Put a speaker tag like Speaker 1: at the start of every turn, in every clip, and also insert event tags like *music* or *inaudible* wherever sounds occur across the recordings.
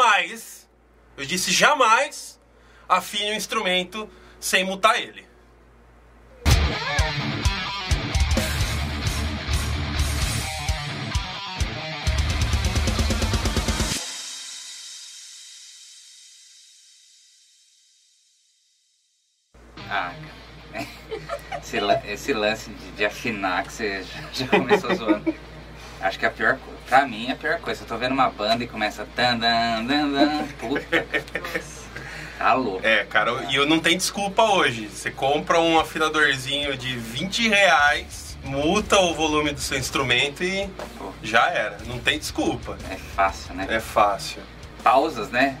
Speaker 1: Jamais, eu disse jamais, afine o instrumento sem mutar ele.
Speaker 2: Ah, cara. Esse, la- esse lance de, de afinar que você já- já começou zoando. Acho que a pior coisa, pra mim, é a pior coisa. Eu tô vendo uma banda e começa tan dan dan dan. Puta, cara. Tá louco.
Speaker 1: É, cara, e eu não tem desculpa hoje. Você compra um afinadorzinho de 20 reais, multa o volume do seu instrumento e
Speaker 2: Pô,
Speaker 1: já era. Não tem desculpa.
Speaker 2: é fácil, né?
Speaker 1: É fácil.
Speaker 2: Pausas, né?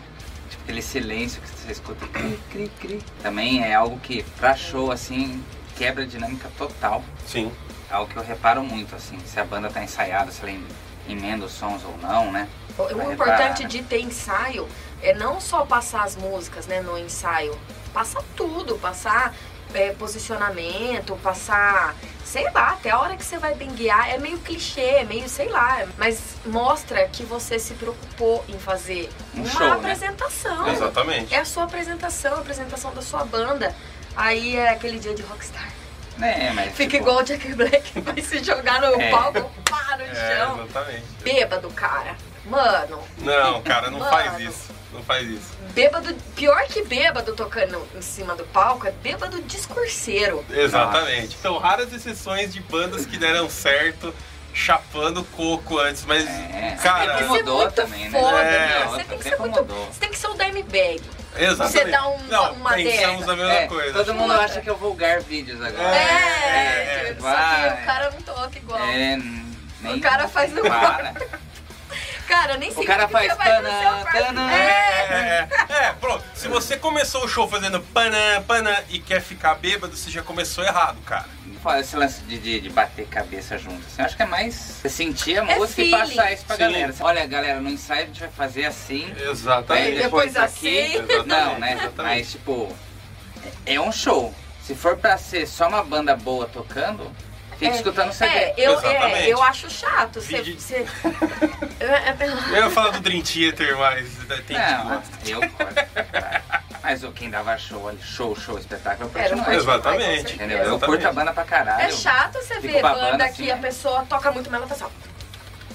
Speaker 2: Tipo aquele silêncio que você escuta. Cri, cri, cri. Também é algo que, pra show, assim, quebra a dinâmica total.
Speaker 1: Sim.
Speaker 2: É algo que eu reparo muito, assim, se a banda tá ensaiada, se ela em- emenda os sons ou não, né?
Speaker 3: O, o
Speaker 2: Vai
Speaker 3: importante
Speaker 2: reparar.
Speaker 3: de ter ensaio é não só passar as músicas, né, no ensaio. Passar tudo, passar é, posicionamento, passar, sei lá, até a hora que você vai binguear. É meio clichê, é meio, sei lá. Mas mostra que você se preocupou em fazer
Speaker 2: Um
Speaker 3: uma
Speaker 2: show, né?
Speaker 3: apresentação.
Speaker 1: Exatamente.
Speaker 3: É a sua apresentação, a apresentação da sua banda. Aí é aquele dia de rockstar.
Speaker 2: É, mas.
Speaker 3: Fica
Speaker 2: tipo,
Speaker 3: igual o Jack Black, *laughs* vai se jogar no
Speaker 2: É.
Speaker 3: palco, pá, no chão.
Speaker 1: É, exatamente.
Speaker 3: Bêbado, cara. Mano,
Speaker 1: Não, cara, não
Speaker 3: Mano.
Speaker 1: faz isso. Não faz isso.
Speaker 3: bêbado, pior que bêbado tocando em cima do palco, é bêbado discurseiro.
Speaker 1: Exatamente. São raras exceções de bandas que deram certo chapando coco antes, mas,
Speaker 2: É.
Speaker 3: Tem
Speaker 1: cara.
Speaker 3: que ser
Speaker 2: Mudou
Speaker 3: muito
Speaker 2: também, né?
Speaker 3: foda,
Speaker 1: É,
Speaker 3: meu. Você
Speaker 2: o
Speaker 3: tem que ser
Speaker 2: tempo
Speaker 3: muito.
Speaker 2: mudou.
Speaker 3: Você tem que ser o Dime Bag.
Speaker 1: Exatamente.
Speaker 3: Você dá um-
Speaker 1: não,
Speaker 3: uma
Speaker 1: pensamos
Speaker 3: dessa.
Speaker 1: a mesma
Speaker 2: É,
Speaker 1: coisa.
Speaker 2: Todo mundo acha que é vulgar vídeos
Speaker 3: É,
Speaker 2: agora.
Speaker 1: É,
Speaker 3: tipo, só que
Speaker 2: vai.
Speaker 3: o cara não toca igual.
Speaker 2: É, n- nem
Speaker 3: O cara faz no
Speaker 2: para.
Speaker 3: Cara, eu nem sei
Speaker 2: O cara
Speaker 3: como que
Speaker 2: faz
Speaker 3: você vai no
Speaker 2: tanã,
Speaker 3: seu quarto.
Speaker 2: tanã.
Speaker 3: É.
Speaker 1: É, é, pronto. Se você começou o show fazendo panã, panã e quer ficar bêbado, você já começou errado, cara.
Speaker 2: Fala Esse lance de, de, de bater cabeça junto. Assim, eu acho que é mais você sentir a
Speaker 3: É
Speaker 2: música e
Speaker 3: feeling.
Speaker 2: passar isso pra
Speaker 1: Sim.
Speaker 2: galera. Olha, galera, no ensaio a gente vai fazer assim. Aí
Speaker 1: Exatamente.
Speaker 2: depois,
Speaker 3: depois
Speaker 2: aqui.
Speaker 3: assim.
Speaker 1: Exatamente,
Speaker 2: Não, né?
Speaker 1: exatamente.
Speaker 2: Mas tipo, é é um show. Se for pra ser só uma banda boa tocando, fica
Speaker 3: É,
Speaker 2: escutando o CD.
Speaker 3: É, eu,
Speaker 1: Exatamente.
Speaker 3: é, eu acho chato. Você.
Speaker 1: Vídeo-
Speaker 3: você- É, é-
Speaker 1: Eu ia falar do Dream Theater, mas tem
Speaker 2: Não,
Speaker 1: que
Speaker 2: eu gosto. Mas o quem dava show ali, show, show, espetáculo, eu
Speaker 3: Era
Speaker 2: curto
Speaker 3: um
Speaker 2: mais.
Speaker 1: Exato.
Speaker 3: festival, com
Speaker 1: Exatamente.
Speaker 3: certeza.
Speaker 2: Entendeu? Eu curto a banda pra caralho.
Speaker 3: É chato você
Speaker 2: Fico
Speaker 3: ver
Speaker 2: babando,
Speaker 3: banda
Speaker 2: assim,
Speaker 3: que a
Speaker 2: né?
Speaker 3: pessoa toca muito, mas ela faz só.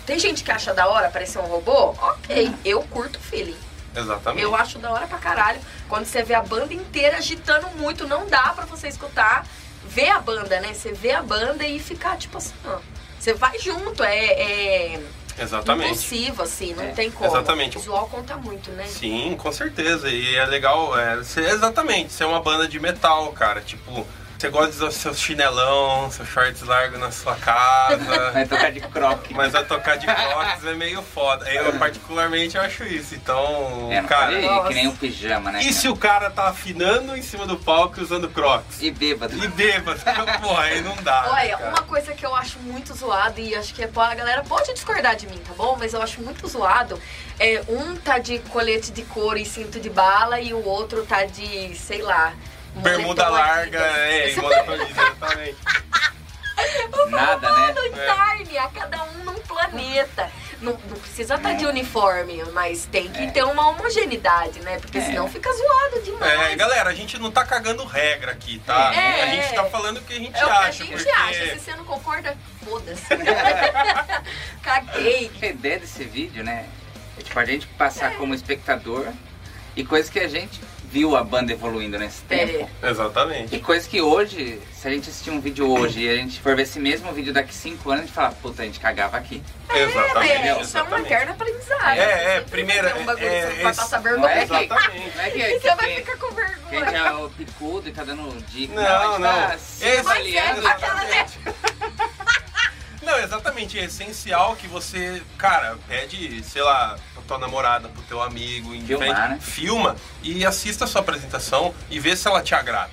Speaker 3: Tem gente que acha da hora parecer um robô? Ok, eu curto o feeling.
Speaker 1: Exatamente.
Speaker 3: Eu acho da hora pra caralho. Quando você vê a banda inteira agitando muito, não dá pra você escutar, ver a banda, né? Você vê a banda e ficar tipo assim, ó. Você vai junto, é, é
Speaker 1: Exatamente.
Speaker 3: impulsivo, assim, não
Speaker 2: É,
Speaker 3: tem como.
Speaker 1: exatamente.
Speaker 3: O visual conta muito, né?
Speaker 1: Sim, com certeza. E é legal. É, ser- exatamente, ser uma banda de metal, cara. Tipo, você gosta de usar o seu chinelão, seu shorts largo na sua casa.
Speaker 2: Vai tocar de croque.
Speaker 1: *laughs* Mas a tocar
Speaker 2: *laughs*
Speaker 1: de crocs é meio foda. Eu, particularmente, eu acho isso. Então,
Speaker 2: É, não
Speaker 1: cara.
Speaker 2: falei
Speaker 3: nossa.
Speaker 2: que nem um pijama, né?
Speaker 1: E
Speaker 2: cara?
Speaker 1: se o cara tá afinando em cima do palco e usando crocs?
Speaker 2: E bêbado.
Speaker 1: E bêbado? *laughs* Porra, aí não dá. né,
Speaker 3: Olha,
Speaker 1: cara?
Speaker 3: uma coisa que eu acho muito zoado, e acho que é, a galera pode discordar de mim, tá bom? Mas eu acho muito zoado. É, um tá de colete de couro e cinto de bala, e o outro tá de, sei lá.
Speaker 1: Bermuda
Speaker 3: moletom tá
Speaker 1: larga, é,
Speaker 3: *laughs* Adidas.
Speaker 1: e monotonizado, exatamente.
Speaker 2: Nada, né?
Speaker 3: Todo
Speaker 1: É.
Speaker 3: Carne, a cada um num planeta. Não, não precisa estar de uniforme, mas tem que
Speaker 2: É.
Speaker 3: ter uma homogeneidade, né? Porque
Speaker 2: É.
Speaker 3: senão fica zoado demais.
Speaker 1: É, galera, a gente não tá cagando regra aqui, tá?
Speaker 3: É.
Speaker 1: a gente tá falando o que a gente
Speaker 3: É o que a
Speaker 1: acha.
Speaker 3: gente
Speaker 1: porque-
Speaker 3: acha. assim. Se você não concorda,
Speaker 1: *laughs*
Speaker 3: foda-se. Caguei.
Speaker 2: A ideia desse vídeo, né? É tipo a gente passar como espectador e coisas que a gente viu a banda evoluindo
Speaker 3: É.
Speaker 2: nesse tempo.
Speaker 1: Exatamente.
Speaker 2: E coisas que hoje, se a gente assistir um vídeo hoje e a gente for ver esse mesmo vídeo daqui 5 anos, a gente fala, puta, a gente cagava aqui.
Speaker 1: Tá exatamente.
Speaker 3: É, isso é uma
Speaker 1: exatamente.
Speaker 3: eterna aprendizagem.
Speaker 1: É,
Speaker 3: Você
Speaker 1: é,
Speaker 3: sempre
Speaker 1: primeira-
Speaker 3: vai ter Um bagulho
Speaker 1: é,
Speaker 3: que você vai
Speaker 1: esse-
Speaker 3: passar
Speaker 2: Não é
Speaker 3: vergonha.
Speaker 2: que,
Speaker 1: Exatamente.
Speaker 2: não é que,
Speaker 3: Você
Speaker 2: que,
Speaker 3: vai
Speaker 2: que,
Speaker 3: ficar com
Speaker 2: que a gente
Speaker 3: vergonha.
Speaker 2: é o picudo e tá dando dica.
Speaker 1: Não,
Speaker 2: a gente
Speaker 1: não.
Speaker 2: tá se
Speaker 1: Esse-
Speaker 2: avaliando.
Speaker 3: Mas é, aquela- *laughs*
Speaker 1: Não, exatamente. É essencial que você, cara, pede, sei lá, pra tua namorada, pro teu amigo, em
Speaker 2: Filmar,
Speaker 1: frente,
Speaker 2: né?
Speaker 1: filma e assista a sua apresentação e vê se ela te agrada.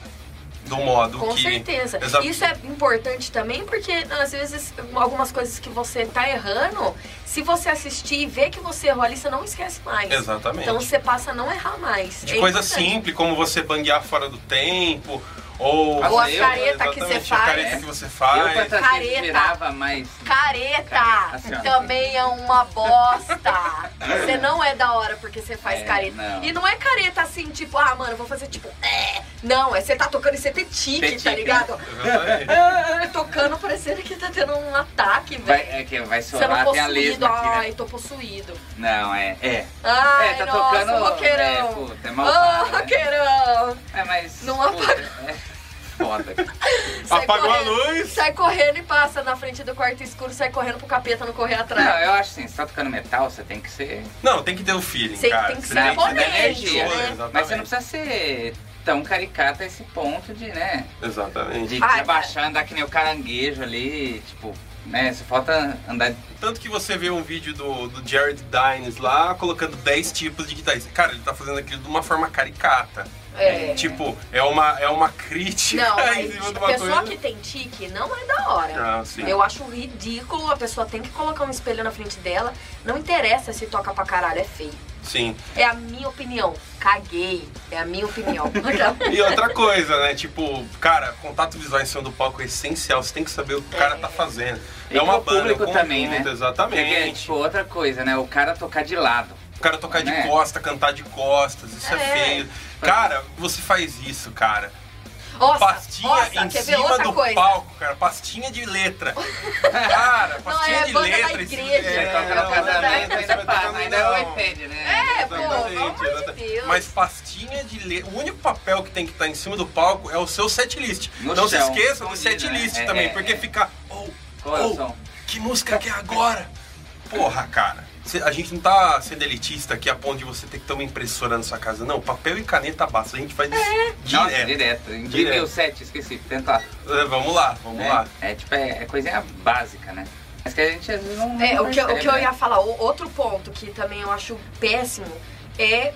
Speaker 1: Do modo
Speaker 3: Com
Speaker 1: que.
Speaker 3: certeza.
Speaker 1: Exa-
Speaker 3: Isso é importante também porque às vezes algumas coisas que você tá errando, se você assistir e ver que você errou ali, você não esquece mais.
Speaker 1: Exatamente.
Speaker 3: Então você passa a não errar mais.
Speaker 1: De
Speaker 3: É
Speaker 1: coisa
Speaker 3: importante.
Speaker 1: simples, como você banguear fora do tempo, Ou,
Speaker 3: Ou as
Speaker 1: eu,
Speaker 3: caretas
Speaker 1: exatamente,
Speaker 3: que você
Speaker 1: A
Speaker 3: faz.
Speaker 1: careta que você
Speaker 2: Eu
Speaker 1: faz.
Speaker 2: quantas vezes
Speaker 3: Careta.
Speaker 2: virava, mas.
Speaker 3: Careta,
Speaker 2: Careta, assim, senhora.
Speaker 3: também é uma bosta. Você não é da hora porque você faz
Speaker 2: É,
Speaker 3: careta.
Speaker 2: não.
Speaker 3: E não é careta assim, tipo, ah, mano, vou fazer tipo, é. Não, é você tá tocando e você tem tique,
Speaker 2: Petique,
Speaker 3: tá
Speaker 2: né?
Speaker 3: ligado?
Speaker 1: Exatamente.
Speaker 3: *laughs* Ah, tocando parecendo que tá tendo um ataque,
Speaker 2: Vai,
Speaker 3: velho.
Speaker 2: é que vai
Speaker 3: Você não
Speaker 2: soar até a
Speaker 3: possuído,
Speaker 2: lesma aqui, né?
Speaker 3: ai, tô possuído.
Speaker 2: Não, é. É,
Speaker 3: Ai,
Speaker 2: é tá
Speaker 3: nossa,
Speaker 2: tocando. É,
Speaker 3: roqueirão.
Speaker 2: puta, é
Speaker 3: Ô,
Speaker 2: malvado. né?
Speaker 3: roqueirão.
Speaker 2: É, mas.
Speaker 3: Não
Speaker 2: puta,
Speaker 3: apaga- *laughs*
Speaker 2: É foda.
Speaker 3: Sai
Speaker 1: Apagou a
Speaker 3: correndo-
Speaker 1: luz.
Speaker 3: Sai correndo e passa na frente do quarto escuro, sai correndo pro capeta não correr atrás.
Speaker 2: Não, eu acho assim, se tá tocando metal, você tem que ser.
Speaker 1: Não, tem que ter o feeling,
Speaker 3: Você
Speaker 1: cara.
Speaker 3: tem que
Speaker 1: Você
Speaker 3: ser
Speaker 1: dar
Speaker 3: imponente,
Speaker 1: energia,
Speaker 3: né?
Speaker 1: Exatamente.
Speaker 2: Mas você não precisa ser tão caricata a esse ponto de, né?
Speaker 1: Exatamente.
Speaker 2: De
Speaker 3: Ah, é.
Speaker 2: abaixar, andar que nem o caranguejo ali, tipo, né? Só falta andar.
Speaker 1: Tanto que você vê um vídeo do, do Jared Dines lá colocando 10 tipos de guitarrista. Cara, ele tá fazendo aquilo de uma forma caricata.
Speaker 3: É.
Speaker 1: Tipo, é uma, é uma crítica *laughs*
Speaker 3: Não,
Speaker 1: Tá em
Speaker 3: mas
Speaker 1: cima de
Speaker 3: a
Speaker 1: uma
Speaker 3: pessoa
Speaker 1: coisa.
Speaker 3: que tem tique não é da hora.
Speaker 1: Ah, sim.
Speaker 3: Eu acho ridículo, a pessoa tem que colocar um espelho na frente dela. Não interessa se toca pra caralho, é feio.
Speaker 1: Sim.
Speaker 3: É a minha opinião. Caguei. É a minha opinião. *laughs* Então,
Speaker 1: E outra coisa, né? Tipo, cara, contato visual em cima do palco é essencial. Você tem que saber o
Speaker 3: É.
Speaker 1: que o cara tá fazendo.
Speaker 2: E
Speaker 1: é uma
Speaker 2: pro
Speaker 1: banda, é um
Speaker 2: público também,
Speaker 1: conjunto,
Speaker 2: né? Porque é,
Speaker 1: Exatamente.
Speaker 2: tipo, outra coisa, né? O cara tocar de lado.
Speaker 1: O cara tocar de
Speaker 2: Né?
Speaker 1: costa, cantar de costas, isso é,
Speaker 3: É.
Speaker 1: feio. Cara, você faz isso, cara.
Speaker 3: Nossa,
Speaker 1: pastinha
Speaker 3: nossa,
Speaker 1: em
Speaker 3: quer ver
Speaker 1: cima
Speaker 3: outra
Speaker 1: do
Speaker 3: coisa?
Speaker 1: palco, cara. Pastinha de
Speaker 3: *laughs*
Speaker 1: letra. Cara, pastinha
Speaker 3: é
Speaker 1: de
Speaker 3: banda da
Speaker 1: letra. isso-
Speaker 3: igreja,
Speaker 1: é,
Speaker 2: Você toca
Speaker 1: não,
Speaker 2: no casamento,
Speaker 1: não,
Speaker 2: ainda
Speaker 1: não,
Speaker 2: passa,
Speaker 1: não,
Speaker 2: ainda
Speaker 1: não.
Speaker 2: é o iPad, né?
Speaker 3: É, pô, pelo amor de
Speaker 1: exatamente.
Speaker 3: Deus.
Speaker 1: Mas pastinha de letra. O único papel que tem que estar em cima do palco é o seu setlist.
Speaker 2: No
Speaker 1: Não
Speaker 2: chão,
Speaker 1: se esqueça do
Speaker 2: escondido,
Speaker 1: setlist
Speaker 2: né? É,
Speaker 1: também,
Speaker 2: é,
Speaker 1: porque
Speaker 2: é.
Speaker 1: fica. Oh,
Speaker 2: Qual é o
Speaker 1: oh,
Speaker 2: som?
Speaker 1: que música que é agora? Porra, cara. Cê- A gente não tá sendo elitista aqui a ponto de você ter que ter uma impressora na sua casa. Não, papel e caneta basta. A gente faz
Speaker 3: É.
Speaker 1: isso
Speaker 2: Nossa,
Speaker 1: direto.
Speaker 2: direto.
Speaker 1: é. Direto.
Speaker 2: Incrível 7, esqueci. Tentar.
Speaker 1: É, Vamos lá, vamos
Speaker 3: Tá
Speaker 1: lá.
Speaker 2: É, é tipo, é, é coisinha básica, né? Mas que a gente às vezes não. não
Speaker 3: É, o que, o
Speaker 2: percebe,
Speaker 3: que eu
Speaker 2: né?
Speaker 3: ia falar, o- outro ponto que também eu acho péssimo é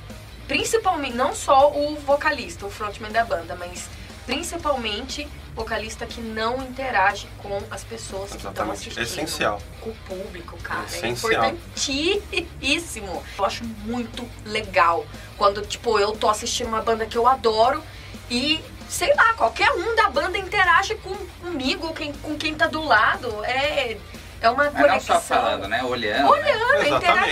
Speaker 3: principalmente, não só o vocalista, o frontman da banda, mas principalmente vocalista que não interage com as pessoas que estão
Speaker 1: Exatamente.
Speaker 3: assistindo.
Speaker 1: É essencial.
Speaker 3: Com o público, cara. É,
Speaker 1: Essencial.
Speaker 3: importantíssimo. Eu acho muito legal quando, tipo, eu tô assistindo uma banda que eu adoro e. Sei lá, qualquer um da banda interage com, comigo, quem, com quem tá do lado. É, é uma
Speaker 2: Mas não
Speaker 3: conexão.
Speaker 2: só falando, né? Olhando. né?
Speaker 3: Olhando,
Speaker 1: Exatamente.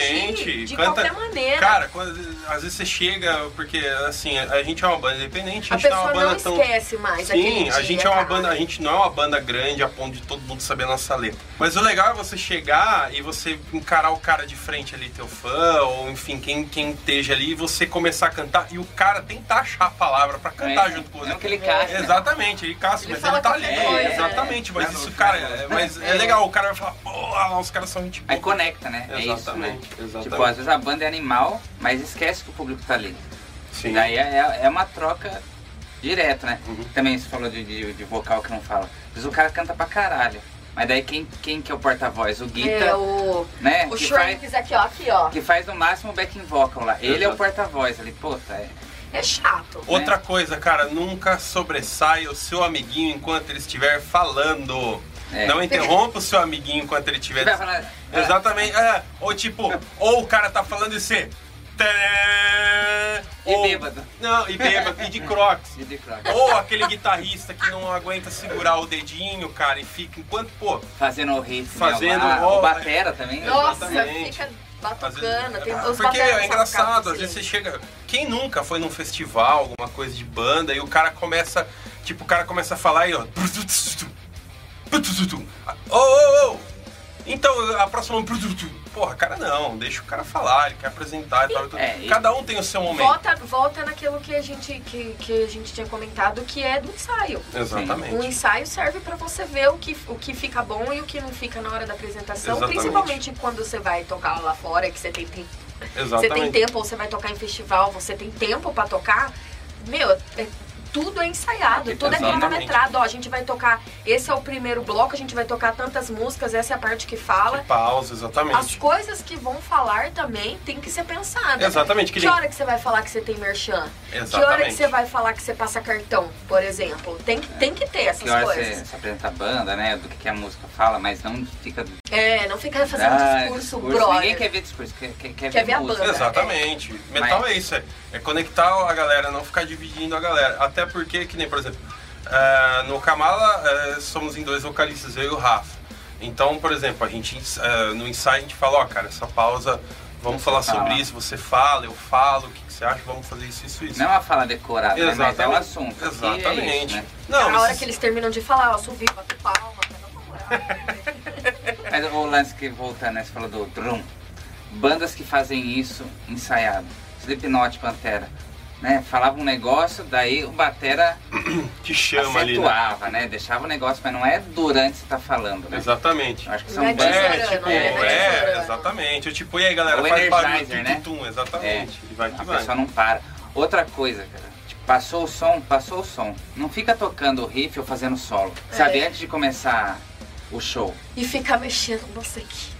Speaker 3: interagir de
Speaker 1: Canta-
Speaker 3: qualquer maneira.
Speaker 1: Cara, quando- às vezes você chega, porque assim, a gente é uma banda independente, a
Speaker 3: a
Speaker 1: gente não é uma
Speaker 3: pessoa não
Speaker 1: banda tão.
Speaker 3: esquece mais aquele
Speaker 1: Sim, a
Speaker 3: dia,
Speaker 1: gente é uma
Speaker 3: cara.
Speaker 1: banda, a gente não é uma banda grande a ponto de todo mundo saber a nossa letra. Mas o legal é você chegar e você encarar o cara de frente ali, teu fã, ou enfim, quem, quem esteja ali, e você começar a cantar e o cara tentar achar a palavra pra cantar
Speaker 2: É,
Speaker 1: junto com
Speaker 2: Não
Speaker 1: você.
Speaker 2: que ele caixa, né?
Speaker 1: Exatamente, ele caça,
Speaker 3: Ele
Speaker 1: mas
Speaker 3: fala
Speaker 1: ele tá ali.
Speaker 3: qualquer
Speaker 2: coisa, né?
Speaker 1: exatamente, mas
Speaker 2: Tá
Speaker 1: isso,
Speaker 2: no-
Speaker 1: cara, é, mas é.
Speaker 3: É.
Speaker 1: legal, o cara vai falar, pô, lá, os caras são gente
Speaker 2: Aí
Speaker 1: boa.
Speaker 2: conecta, né? É isso, né?
Speaker 1: Exatamente, exatamente.
Speaker 2: Tipo, às vezes a banda é animal, mas esquece que o público tá ali.
Speaker 1: Sim.
Speaker 2: Daí é, é- é uma troca direta, né?
Speaker 1: Uhum.
Speaker 2: Também você falou de, de, de vocal que não fala. Às vezes o cara canta pra caralho. Mas daí quem, quem que é o porta-voz? O Guita,
Speaker 3: É, o,
Speaker 2: né?
Speaker 3: o
Speaker 2: que,
Speaker 3: Shrinks
Speaker 2: faz,
Speaker 3: aqui, ó, aqui, ó.
Speaker 2: que faz no máximo o backing vocal lá. Ele é
Speaker 1: Exato.
Speaker 2: o porta-voz ali. Puta, é.
Speaker 3: É chato.
Speaker 1: Outra coisa, cara, nunca sobressaia o seu amiguinho enquanto ele estiver falando.
Speaker 2: É.
Speaker 1: Não interrompa o seu amiguinho enquanto ele estiver.
Speaker 2: Vai falar-
Speaker 1: Exatamente. é, ou tipo, ou o cara tá falando e você. Tadã!
Speaker 2: E
Speaker 1: Ou-
Speaker 2: bêbado.
Speaker 1: Não, e bêbado, e de crocs.
Speaker 2: De Crocs.
Speaker 1: Ou aquele guitarrista que não aguenta segurar o dedinho, cara, e fica enquanto, pô,
Speaker 2: Fazendo o riff.
Speaker 1: Fazendo
Speaker 2: né?
Speaker 1: o-
Speaker 2: o batera também.
Speaker 3: Nossa,
Speaker 1: exatamente.
Speaker 3: fica
Speaker 1: Às vezes-
Speaker 3: batucana. Tem, os
Speaker 1: porque é
Speaker 3: bateras não sabem ficar
Speaker 1: engraçado,
Speaker 3: no
Speaker 1: às vezes você
Speaker 3: silêncio.
Speaker 1: chega. Quem nunca foi num festival, alguma coisa de banda, e o cara começa. Tipo, o cara começa a falar e ó. *laughs* Ô, ô, ô! Então, a próxima. Porra, cara, não, deixa o cara falar, ele quer apresentar e tal. e tudo.
Speaker 2: É, e-
Speaker 1: Cada um tem o seu momento.
Speaker 3: Volta, volta naquilo que a, gente, que, que a gente tinha comentado, que é do ensaio. O
Speaker 1: Exatamente.
Speaker 3: ensaio serve pra você ver o que, o que fica bom e o que não fica na hora da apresentação,
Speaker 1: Exatamente.
Speaker 3: principalmente quando você vai tocar lá fora, que você tem tempo Você tem
Speaker 1: Exatamente.
Speaker 3: tempo, ou você vai tocar em festival, você tem tempo pra tocar. Meu, é- tudo é ensaiado,
Speaker 2: É que
Speaker 3: tudo é
Speaker 1: exatamente.
Speaker 3: cronometrado. Ó, a gente vai tocar, esse é o primeiro bloco, a gente vai tocar tantas músicas, essa é a parte que fala.
Speaker 1: Pausa,
Speaker 3: As
Speaker 1: exatamente.
Speaker 3: coisas que vão falar também tem que ser pensada.
Speaker 1: Exatamente, que
Speaker 3: Que
Speaker 1: nem-
Speaker 3: hora que você vai falar que você tem merchan? Que hora que
Speaker 1: Exatamente.
Speaker 3: você vai falar que você passa cartão, por exemplo? Tem que, tem que ter essas
Speaker 2: Que hora você,
Speaker 3: coisas.
Speaker 2: você apresenta a banda, né? Do que, que a música fala, mas não fica.
Speaker 3: É, não ficar fazendo
Speaker 2: Ah,
Speaker 3: discurso,
Speaker 2: Ninguém
Speaker 3: brother.
Speaker 2: quer ver discurso, quer, quer, quer,
Speaker 3: Quer ver a
Speaker 2: música.
Speaker 3: banda.
Speaker 1: Exatamente. Metal é isso, é, é conectar a galera, não ficar dividindo a galera. Até porque, que nem, por exemplo, ah, no Kamala eh, somos em dois vocalistas, eu e o Rafa. Então, por exemplo, a gente eh, no ensaio a gente fala, ó, cara, essa pausa, vamos falar
Speaker 2: fala.
Speaker 1: sobre isso, você fala, eu falo, o que, que você acha, vamos fazer isso, isso, isso.
Speaker 2: Não é uma fala decorada, né? mas é um assunto. que é isso,
Speaker 1: Exatamente.
Speaker 2: né?
Speaker 1: Não,
Speaker 3: Na É hora
Speaker 1: isso-
Speaker 3: que eles terminam de falar, ó, subi, bate palma, tá pra não
Speaker 1: *laughs*
Speaker 3: comemorar.
Speaker 2: Mas o lance que voltando, né, você falou do drum. Bandas que fazem isso ensaiado. Slipknot, Pantera. Né? Falava um negócio, daí o Batera
Speaker 1: te chama ali, né?
Speaker 2: acentuava, né? Deixava o negócio, mas não é durante que você tá falando, né?
Speaker 1: Exatamente.
Speaker 2: Eu Acho que
Speaker 3: Não
Speaker 2: são
Speaker 3: é
Speaker 2: bandas.
Speaker 1: É,
Speaker 3: Tesourando,
Speaker 1: tipo,
Speaker 3: né?
Speaker 1: é,
Speaker 3: Tesourando.
Speaker 1: exatamente. Eu, tipo, e aí, galera,
Speaker 2: Ou
Speaker 1: faz barulho,
Speaker 2: É energizer, né? É.
Speaker 1: tum, tum, exatamente. E vai que
Speaker 2: A
Speaker 1: vai.
Speaker 2: pessoa não para. Outra coisa, cara. tipo, Passou o som, passou o som. Não fica tocando o riff ou fazendo solo. Sabe,
Speaker 3: É.
Speaker 2: antes de começar o show,
Speaker 3: E fica mexendo nos equipes.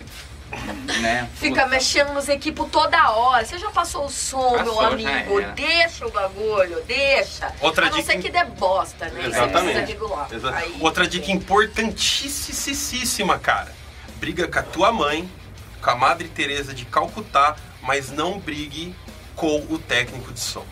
Speaker 2: né?
Speaker 3: Fica mexendo nos equipes toda hora. Você já passou o som, meu
Speaker 2: Passou,
Speaker 3: amigo.
Speaker 2: já era.
Speaker 3: Deixa o bagulho, deixa.
Speaker 1: Outra
Speaker 3: a não
Speaker 1: dica
Speaker 3: ser que dê bosta, né?
Speaker 1: Exatamente.
Speaker 3: Aí precisa regular.
Speaker 1: Exato.
Speaker 3: Aí-
Speaker 1: Outra dica importantíssima, cara. Briga com a tua mãe, com a Madre Teresa de Calcutá, mas não brigue com o técnico de som.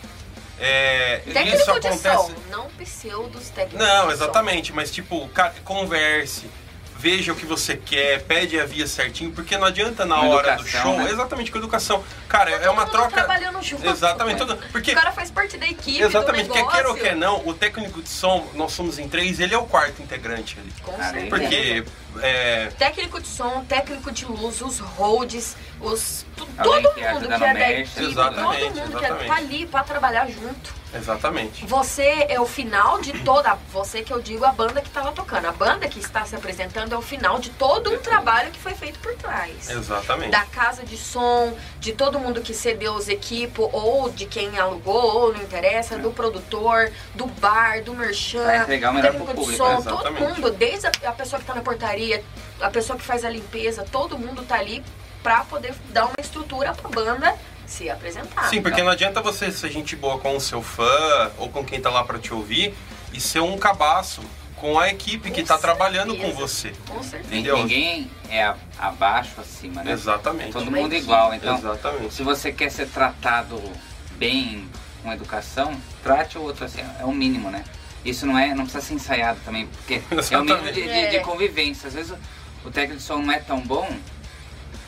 Speaker 1: É,
Speaker 3: Técnico
Speaker 1: isso
Speaker 3: de
Speaker 1: acontece.
Speaker 3: som, não pseudos técnicos
Speaker 1: Não,
Speaker 3: de som.
Speaker 1: exatamente, mas tipo, cara, converse, veja o que você quer, pede a via certinho, porque não adianta na
Speaker 2: Com
Speaker 1: hora do
Speaker 2: educação,
Speaker 1: show,
Speaker 2: né?
Speaker 1: exatamente com educação. Cara, é
Speaker 3: Todo
Speaker 1: uma
Speaker 3: mundo
Speaker 1: troca.
Speaker 3: trabalhando junto.
Speaker 1: Exatamente, todo- porque
Speaker 3: O cara faz parte da equipe
Speaker 1: exatamente,
Speaker 3: do
Speaker 1: quer
Speaker 3: negócio.
Speaker 1: queira ou quer não, o técnico de som, nós somos em três, ele é o quarto integrante ali.
Speaker 3: Com
Speaker 2: Cara,
Speaker 3: certeza.
Speaker 1: Porque é,
Speaker 3: Técnico de som, técnico de luz, os holds, os. tu-
Speaker 2: Alguém
Speaker 3: todo
Speaker 2: que
Speaker 3: mundo
Speaker 2: ajuda
Speaker 3: que
Speaker 2: no
Speaker 3: é da
Speaker 2: mestre.
Speaker 3: equipe,
Speaker 1: Exatamente,
Speaker 3: todo mundo que é-
Speaker 1: exatamente.
Speaker 3: tá ali pra trabalhar junto.
Speaker 1: exatamente.
Speaker 3: Você é o final de toda. Você que eu digo a banda que tava tocando. A banda que está se apresentando é o final de todo um trabalho que foi feito por trás.
Speaker 1: Exatamente.
Speaker 3: da casa de som, de todo mundo que cedeu os equipos, ou de quem alugou, ou não interessa, do produtor, do bar, do
Speaker 2: Pra
Speaker 3: merchan,
Speaker 2: entregar o melhor É, pro
Speaker 3: técnico
Speaker 2: público.
Speaker 3: de som,
Speaker 1: né?
Speaker 3: todo
Speaker 1: Exatamente.
Speaker 3: mundo, desde a, a pessoa que tá na portaria, a pessoa que faz a limpeza, todo mundo tá ali pra poder dar uma estrutura pra banda se apresentar.
Speaker 1: Sim, porque não adianta você ser gente boa com o seu fã ou com quem tá lá pra te ouvir e ser um cabaço com a equipe que
Speaker 3: Com
Speaker 1: tá trabalhando com
Speaker 3: certeza.
Speaker 1: você.
Speaker 3: Com certeza.
Speaker 1: Entendeu?
Speaker 2: Ninguém- Ninguém é a- abaixo, acima, né?
Speaker 1: Exatamente.
Speaker 2: Todo
Speaker 3: Uma
Speaker 2: mundo
Speaker 3: equipe.
Speaker 2: igual. Então,
Speaker 1: Exatamente.
Speaker 2: se você quer ser tratado bem, com educação, trate o outro assim. É o mínimo, né? Isso não é, não precisa ser ensaiado também, porque é o mínimo de, de- de
Speaker 3: É.
Speaker 2: convivência. Às vezes o, o técnico de som não é tão bom,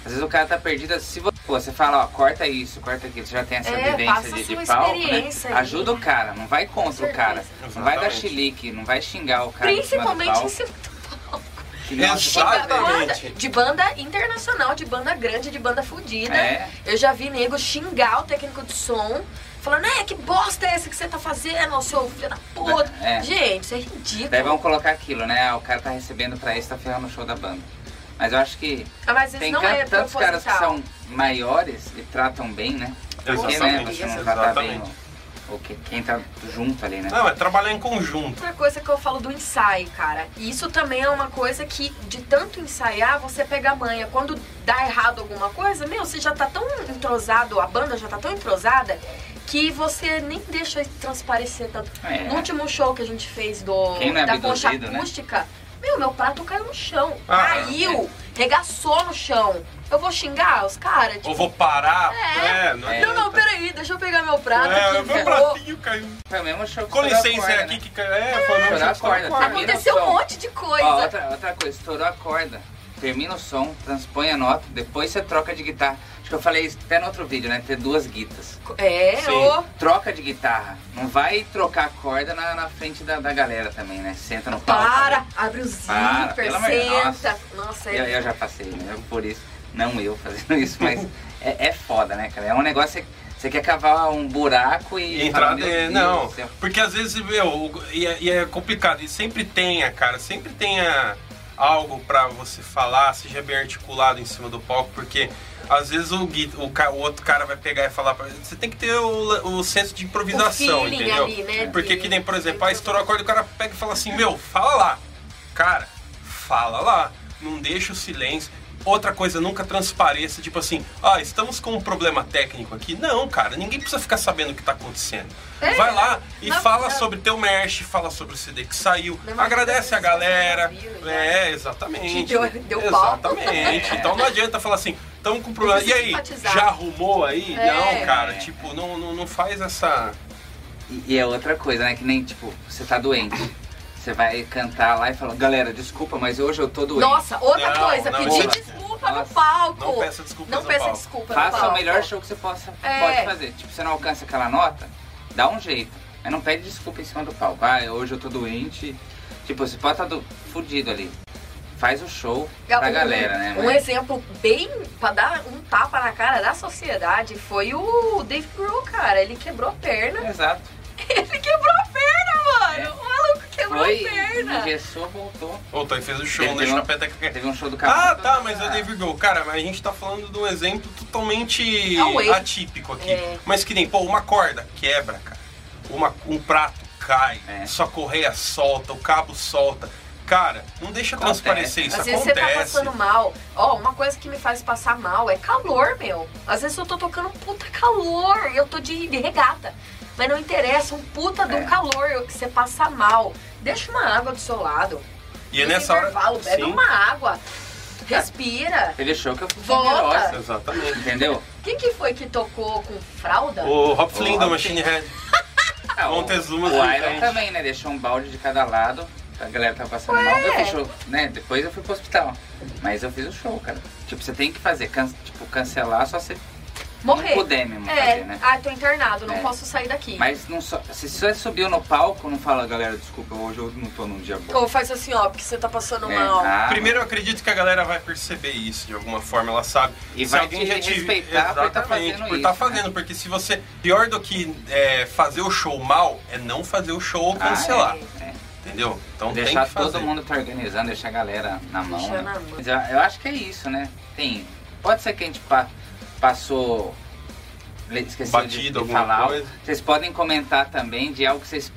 Speaker 2: às vezes o cara tá perdido. Se vo- pô, você fala, ó, corta isso, corta aquilo, você já tem essa
Speaker 3: É, passa
Speaker 2: vivência
Speaker 3: a
Speaker 2: de, de
Speaker 3: sua
Speaker 2: palco, né?
Speaker 3: experiência aí.
Speaker 2: Ajuda o cara, não vai contra o cara.
Speaker 1: certeza.
Speaker 2: Não vai dar
Speaker 1: Exatamente.
Speaker 2: chilique, não vai xingar o cara. em cima do
Speaker 3: Principalmente
Speaker 2: palco.
Speaker 3: em cima do
Speaker 2: Que
Speaker 1: É
Speaker 2: nossa,
Speaker 1: chato,
Speaker 3: Chega banda,
Speaker 1: Exatamente.
Speaker 3: de banda internacional, de banda grande, de banda fodida.
Speaker 2: É.
Speaker 3: Eu já vi nego xingar o técnico de som, falando, é, que bosta é essa que você tá fazendo, ô, seu filho da puta.
Speaker 2: É.
Speaker 3: Gente, isso é ridículo.
Speaker 2: Daí vamos colocar aquilo, né? Ah, O cara tá recebendo pra isso, tá ferrando o show da banda. Mas eu acho que
Speaker 3: Ah, Mas isso
Speaker 2: tem
Speaker 3: não
Speaker 2: ca-
Speaker 3: é
Speaker 2: tantos caras que
Speaker 3: proposital.
Speaker 2: são maiores e tratam bem, né? Porque, né,
Speaker 1: Exatamente.
Speaker 2: você não tratar bem
Speaker 1: Exatamente.
Speaker 2: o, o que, quem tá junto ali, né?
Speaker 1: Não, é trabalhar em conjunto.
Speaker 3: Outra coisa que eu falo do ensaio, cara. E isso também é uma coisa que, de tanto ensaiar, você pega a manha. Quando dá errado alguma coisa, meu, você já tá tão entrosado, a banda já tá tão entrosada, que você nem deixa transparecer tanto.
Speaker 1: Ah,
Speaker 2: É.
Speaker 3: No último show que a gente fez do,
Speaker 2: Quem não é
Speaker 3: da concha
Speaker 2: abduzido, né?
Speaker 3: acústica, meu, meu prato caiu no chão.
Speaker 1: Ah,
Speaker 3: caiu, regaçou no chão. Eu vou xingar os caras?
Speaker 1: Ou
Speaker 3: Tipo,
Speaker 1: vou parar. né?
Speaker 3: É.
Speaker 1: não
Speaker 2: É.
Speaker 3: não, não, peraí, deixa eu pegar meu prato
Speaker 1: É,
Speaker 3: aqui.
Speaker 1: meu
Speaker 3: ferrou.
Speaker 1: pratinho caiu.
Speaker 2: Foi o mesmo show que
Speaker 1: Com
Speaker 2: estourou a
Speaker 1: licença, é
Speaker 2: corda,
Speaker 1: aqui
Speaker 2: né?
Speaker 1: que caiu. É, foi mesmo.
Speaker 2: Estourou a
Speaker 1: que estourou a
Speaker 2: corda,
Speaker 1: corda.
Speaker 2: sabia?
Speaker 3: Aconteceu um
Speaker 2: som.
Speaker 3: monte de coisa.
Speaker 2: Ó, outra, outra coisa, estourou a corda. Termina o som, transpõe a nota, depois você troca de guitarra. Acho que eu falei isso até no outro vídeo, né? Ter duas guitas.
Speaker 3: É,
Speaker 1: Sim.
Speaker 3: ô.
Speaker 2: Troca de guitarra. Não vai trocar a corda na, na frente da, da galera também, né? Senta no palco.
Speaker 3: Para, abre o zíper,
Speaker 2: Para, Ah, pelo amor de Deus.
Speaker 3: senta. Nossa,
Speaker 2: Eu,
Speaker 3: é.
Speaker 2: eu já passei, né? Eu, por isso. Não eu fazendo *laughs* isso, mas é, é foda, né, cara? É um negócio que você quer cavar um buraco e.
Speaker 1: E entrar
Speaker 2: falar, meu
Speaker 1: de...
Speaker 2: Deus
Speaker 1: Não,
Speaker 2: do céu.
Speaker 1: porque às vezes, meu, o- e é, e é complicado. E sempre tenha, cara, sempre tenha algo pra você falar, seja bem articulado em cima do palco, porque às vezes o, gui- o, ca- o outro cara vai pegar e falar pra... Você tem que ter o, la- o senso de improvisação,
Speaker 3: O feeling
Speaker 1: entendeu?
Speaker 3: ali, né,
Speaker 1: Porque
Speaker 3: de-
Speaker 1: que nem, por exemplo, ah, estourou a corda, o cara pega e fala assim, meu, fala lá. Cara, fala lá. Não deixa o silêncio. Outra coisa, nunca transpareça, tipo assim, ah, estamos com um problema técnico aqui. Não, cara, ninguém precisa ficar sabendo o que tá acontecendo.
Speaker 3: É.
Speaker 1: Vai lá e
Speaker 3: Não,
Speaker 1: fala
Speaker 3: não.
Speaker 1: sobre teu merch, fala sobre o CD que saiu,
Speaker 3: Não, mas
Speaker 1: agradece a
Speaker 3: isso já
Speaker 1: galera.
Speaker 3: viu, já.
Speaker 1: É, exatamente.
Speaker 3: Deu- deu pau.
Speaker 1: exatamente.
Speaker 2: É.
Speaker 1: Então não adianta falar assim, estamos com problema. E
Speaker 3: precisa
Speaker 1: aí,
Speaker 3: simpatizar.
Speaker 1: já arrumou aí?
Speaker 3: É.
Speaker 1: Não, cara,
Speaker 2: É.
Speaker 1: tipo, não, não, não faz essa.
Speaker 2: E, e é outra coisa, né? Que nem, tipo, você tá doente. Você vai cantar lá e fala, galera, desculpa, mas hoje eu tô doente.
Speaker 3: Nossa, outra
Speaker 1: Não,
Speaker 3: coisa,
Speaker 1: não,
Speaker 3: pedir
Speaker 1: outra.
Speaker 3: desculpa
Speaker 2: Nossa,
Speaker 3: no palco.
Speaker 1: Não peça desculpas
Speaker 3: Não
Speaker 1: ao
Speaker 3: peça
Speaker 1: Paulo.
Speaker 3: desculpa no
Speaker 2: Faça o
Speaker 3: palco.
Speaker 2: melhor show que você possa,
Speaker 3: É.
Speaker 2: pode fazer. Tipo, você não alcança aquela nota, dá um jeito. Mas não pede desculpa em cima do palco. Ah, hoje eu tô doente. Tipo, você pode estar do... fudido ali. Faz o show pra
Speaker 3: Um-
Speaker 2: galera, né?
Speaker 3: Um
Speaker 2: mas-
Speaker 3: exemplo bem pra dar um tapa na cara da sociedade foi o Dave Grohl, cara. Ele quebrou a perna. É.
Speaker 2: Exato.
Speaker 3: Ele quebrou a perna, mano. O maluco quebrou
Speaker 2: Foi,
Speaker 3: a Tá perna.
Speaker 2: engessou, voltou.
Speaker 1: *laughs* Voltou e fez o show,
Speaker 2: Teve
Speaker 1: deixa
Speaker 2: um-
Speaker 1: a peteca cair.
Speaker 2: Teve um show do
Speaker 1: Ah,
Speaker 2: Camargo.
Speaker 1: tá, mas é o David Grohl. Cara, mas a gente tá falando de um exemplo totalmente
Speaker 3: É um erro.
Speaker 1: atípico aqui.
Speaker 3: É.
Speaker 1: Mas que nem, pô, uma corda quebra, cara. Uma, um prato cai,
Speaker 2: É.
Speaker 1: sua correia solta, o cabo solta. Cara, não deixa
Speaker 2: Acontece.
Speaker 1: transparecer, isso
Speaker 3: Às vezes você tá
Speaker 1: acontece.
Speaker 3: passando mal. Ó, uma coisa que me faz passar mal é calor, meu. Às vezes eu tô tocando um puta calor e eu tô de, de regata. Mas não interessa, um puta de um
Speaker 2: É.
Speaker 3: calor eu- que você passa mal. Deixa uma água do seu lado.
Speaker 1: e é
Speaker 3: Fica
Speaker 1: nessa
Speaker 3: em
Speaker 1: hora.
Speaker 3: intervalo,
Speaker 1: Sim,
Speaker 3: bebe uma água. Respira.
Speaker 2: Teve show que eu fui
Speaker 3: Volta.
Speaker 2: generosa,
Speaker 1: Exatamente.
Speaker 2: entendeu?
Speaker 3: Quem que foi que tocou com fralda?
Speaker 1: O Rob Flynn
Speaker 2: O
Speaker 1: da
Speaker 2: Rob
Speaker 1: Machine Head.
Speaker 2: Ah, o-
Speaker 1: Montezuma
Speaker 2: O
Speaker 1: foi
Speaker 2: Iron
Speaker 1: gente.
Speaker 2: também, né? Deixou um balde de cada lado. A galera tava passando mal. Eu fiz show, né? Depois eu fui pro hospital. Mas eu fiz o show, cara. Tipo, você tem que fazer. can- tipo, cancelar só se
Speaker 3: Morrer.
Speaker 2: não puder mesmo
Speaker 3: É,
Speaker 2: fazer, né?
Speaker 3: ah, tô internado, não
Speaker 2: É.
Speaker 3: posso sair daqui.
Speaker 2: Mas não só, se você subiu no palco, não fala, galera, desculpa, hoje eu não tô num dia bom.
Speaker 3: Ou faz assim, ó, porque você tá passando
Speaker 2: É,
Speaker 3: mal.
Speaker 2: ah,
Speaker 1: Primeiro eu acredito que a galera vai perceber isso de alguma forma, ela sabe.
Speaker 2: E vai te respeitar por tá
Speaker 1: Exatamente,
Speaker 2: fazendo
Speaker 1: por
Speaker 2: isso,
Speaker 1: tá
Speaker 2: né?
Speaker 1: fazendo, porque se você. Pior do que é, fazer o show mal é não fazer o show ou
Speaker 2: ah,
Speaker 1: cancelar.
Speaker 2: é, é.
Speaker 1: Entendeu? Então tem
Speaker 2: Deixar
Speaker 1: que fazer.
Speaker 2: todo mundo tá organizando, deixar a galera na mão.
Speaker 3: Deixar
Speaker 2: né?
Speaker 3: na mão.
Speaker 2: Mas Eu, eu acho que é isso, né? Tem. Pode ser que a gente pa- passou. le- Esqueci
Speaker 1: Batido,
Speaker 2: de, de
Speaker 1: alguma
Speaker 2: falar.
Speaker 1: coisa.
Speaker 2: Vocês podem comentar também de algo que vocês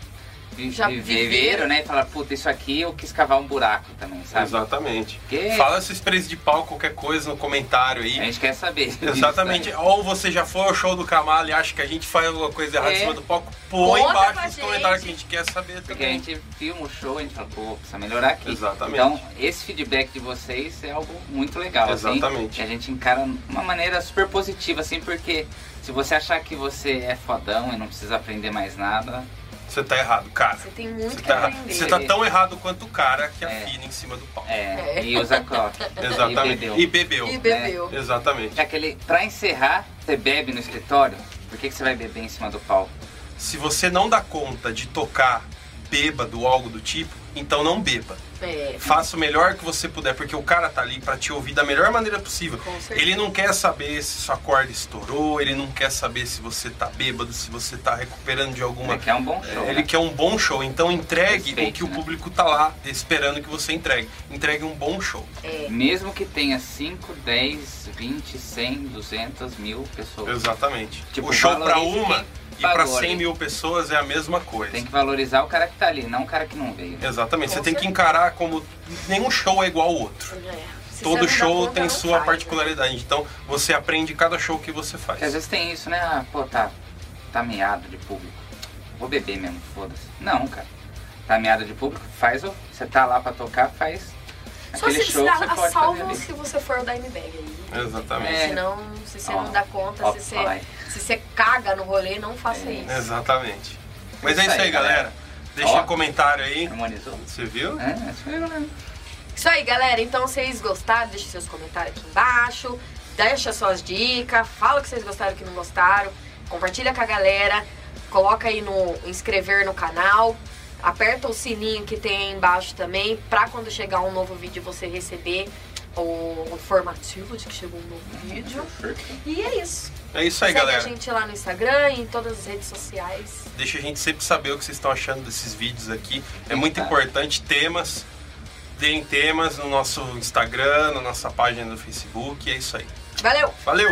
Speaker 2: vi-
Speaker 3: Já
Speaker 2: vi-
Speaker 3: viveram.
Speaker 2: viveram, né? E falar, puta, isso aqui eu quis cavar um buraco também, sabe?
Speaker 1: Exatamente.
Speaker 2: Porque
Speaker 1: Fala esses preços de pau, qualquer coisa no comentário
Speaker 2: a
Speaker 1: aí.
Speaker 2: gente quer saber. disso,
Speaker 1: Exatamente.
Speaker 2: É né?
Speaker 1: Ou você já foi ao show do Kamal e acha que a gente faz alguma coisa errada
Speaker 2: É.
Speaker 1: em cima do palco, põe
Speaker 3: Conta
Speaker 1: embaixo
Speaker 3: pra
Speaker 1: nos comentários que a
Speaker 3: gente.
Speaker 1: gente quer saber
Speaker 2: Porque a
Speaker 1: também.
Speaker 2: gente filma o show, a gente fala, pô, precisa melhorar aqui.
Speaker 1: Exatamente.
Speaker 2: Então, esse feedback de vocês é algo muito legal, assim.
Speaker 1: Exatamente.
Speaker 2: E a gente encara de uma maneira super positiva, assim, porque se você achar que você é fodão e não precisa aprender mais nada,
Speaker 1: Você tá errado, cara.
Speaker 3: Você tem muito
Speaker 1: Você
Speaker 3: que
Speaker 1: tá,
Speaker 3: aprender.
Speaker 1: você tá tão errado quanto o cara que
Speaker 2: É.
Speaker 1: afina em cima do palco.
Speaker 2: é,
Speaker 3: É.
Speaker 2: e usa coque. E
Speaker 1: Exatamente.
Speaker 2: bebeu.
Speaker 1: E bebeu.
Speaker 2: né?
Speaker 3: E bebeu.
Speaker 1: Exatamente.
Speaker 2: É aquele, pra encerrar, você bebe no escritório, por que, que você vai beber em cima do palco?
Speaker 1: Se você não dá conta de tocar bêbado ou algo do tipo, então não beba.
Speaker 3: É.
Speaker 1: Faça o melhor que você puder, porque o cara tá ali pra te ouvir da melhor maneira possível.
Speaker 3: Com certeza.
Speaker 1: Ele não quer saber se sua corda estourou, ele não quer saber se você tá bêbado, se você tá recuperando de alguma.
Speaker 2: Porque é um bom show,
Speaker 1: Ele
Speaker 2: né?
Speaker 1: quer um bom show, então entregue o
Speaker 2: Respeito,
Speaker 1: que o
Speaker 2: né?
Speaker 1: público tá lá esperando que você entregue. Entregue um bom show.
Speaker 2: Mesmo que tenha 5, 10, 20, 100, 200 mil pessoas.
Speaker 1: Exatamente.
Speaker 2: Tipo,
Speaker 1: o show pra
Speaker 2: valorize
Speaker 1: uma
Speaker 2: quem
Speaker 1: e pra
Speaker 2: pagou
Speaker 1: 100
Speaker 2: ali.
Speaker 1: mil pessoas é a mesma coisa.
Speaker 2: Tem que valorizar o cara que tá ali, não o cara que não veio.
Speaker 1: Exatamente.
Speaker 3: Com
Speaker 1: Você tem que
Speaker 3: certeza.
Speaker 1: encarar como nenhum show é igual ao outro.
Speaker 3: É. Se você não
Speaker 1: Todo
Speaker 3: dá
Speaker 1: show
Speaker 3: conta,
Speaker 1: tem
Speaker 3: não
Speaker 1: sua
Speaker 3: faz, né?
Speaker 1: particularidade. Então você aprende cada show que você faz.
Speaker 2: Porque às vezes tem isso, né? Ah, pô, tá, tá meado de público. Vou beber mesmo, foda-se. Não, cara. Tá meado de público, faz o. Você tá lá pra tocar, faz.
Speaker 3: Né? Só
Speaker 2: aquele
Speaker 3: se
Speaker 2: show que você
Speaker 3: dá, a
Speaker 2: pode
Speaker 3: salvo
Speaker 2: fazer ali.
Speaker 3: se você for o da M-Bag aí.
Speaker 1: Exatamente.
Speaker 2: É.
Speaker 3: Senão, se você
Speaker 2: Ó,
Speaker 3: não dá conta,
Speaker 2: ó,
Speaker 3: se você,
Speaker 2: vai.
Speaker 3: se você caga no rolê, não faça
Speaker 2: É.
Speaker 3: isso.
Speaker 1: Exatamente. Mas é isso aí, galera. Deixa
Speaker 2: Ó.
Speaker 1: um comentário aí.
Speaker 2: Harmonizou?
Speaker 1: Você viu?
Speaker 2: É, isso aí, né?
Speaker 3: Isso aí, galera. Então, vocês gostaram? Deixa seus comentários aqui embaixo. Deixa suas dicas. Fala o que vocês gostaram e o que não gostaram. Compartilha com a galera. Coloca aí no inscrever no canal. Aperta o sininho que tem aí embaixo também. Pra quando chegar um novo vídeo você receber o informativo de que chegou um novo vídeo. E é isso.
Speaker 1: É isso aí,
Speaker 3: Segue
Speaker 1: galera.
Speaker 3: a gente lá no Instagram e em todas as redes sociais.
Speaker 1: Deixa a gente sempre saber o que vocês estão achando desses vídeos aqui. É
Speaker 2: Sim,
Speaker 1: muito
Speaker 2: tá.
Speaker 1: importante. Temas. Deem temas no nosso Instagram, na nossa página do Facebook. É isso aí.
Speaker 3: Valeu!
Speaker 1: Valeu!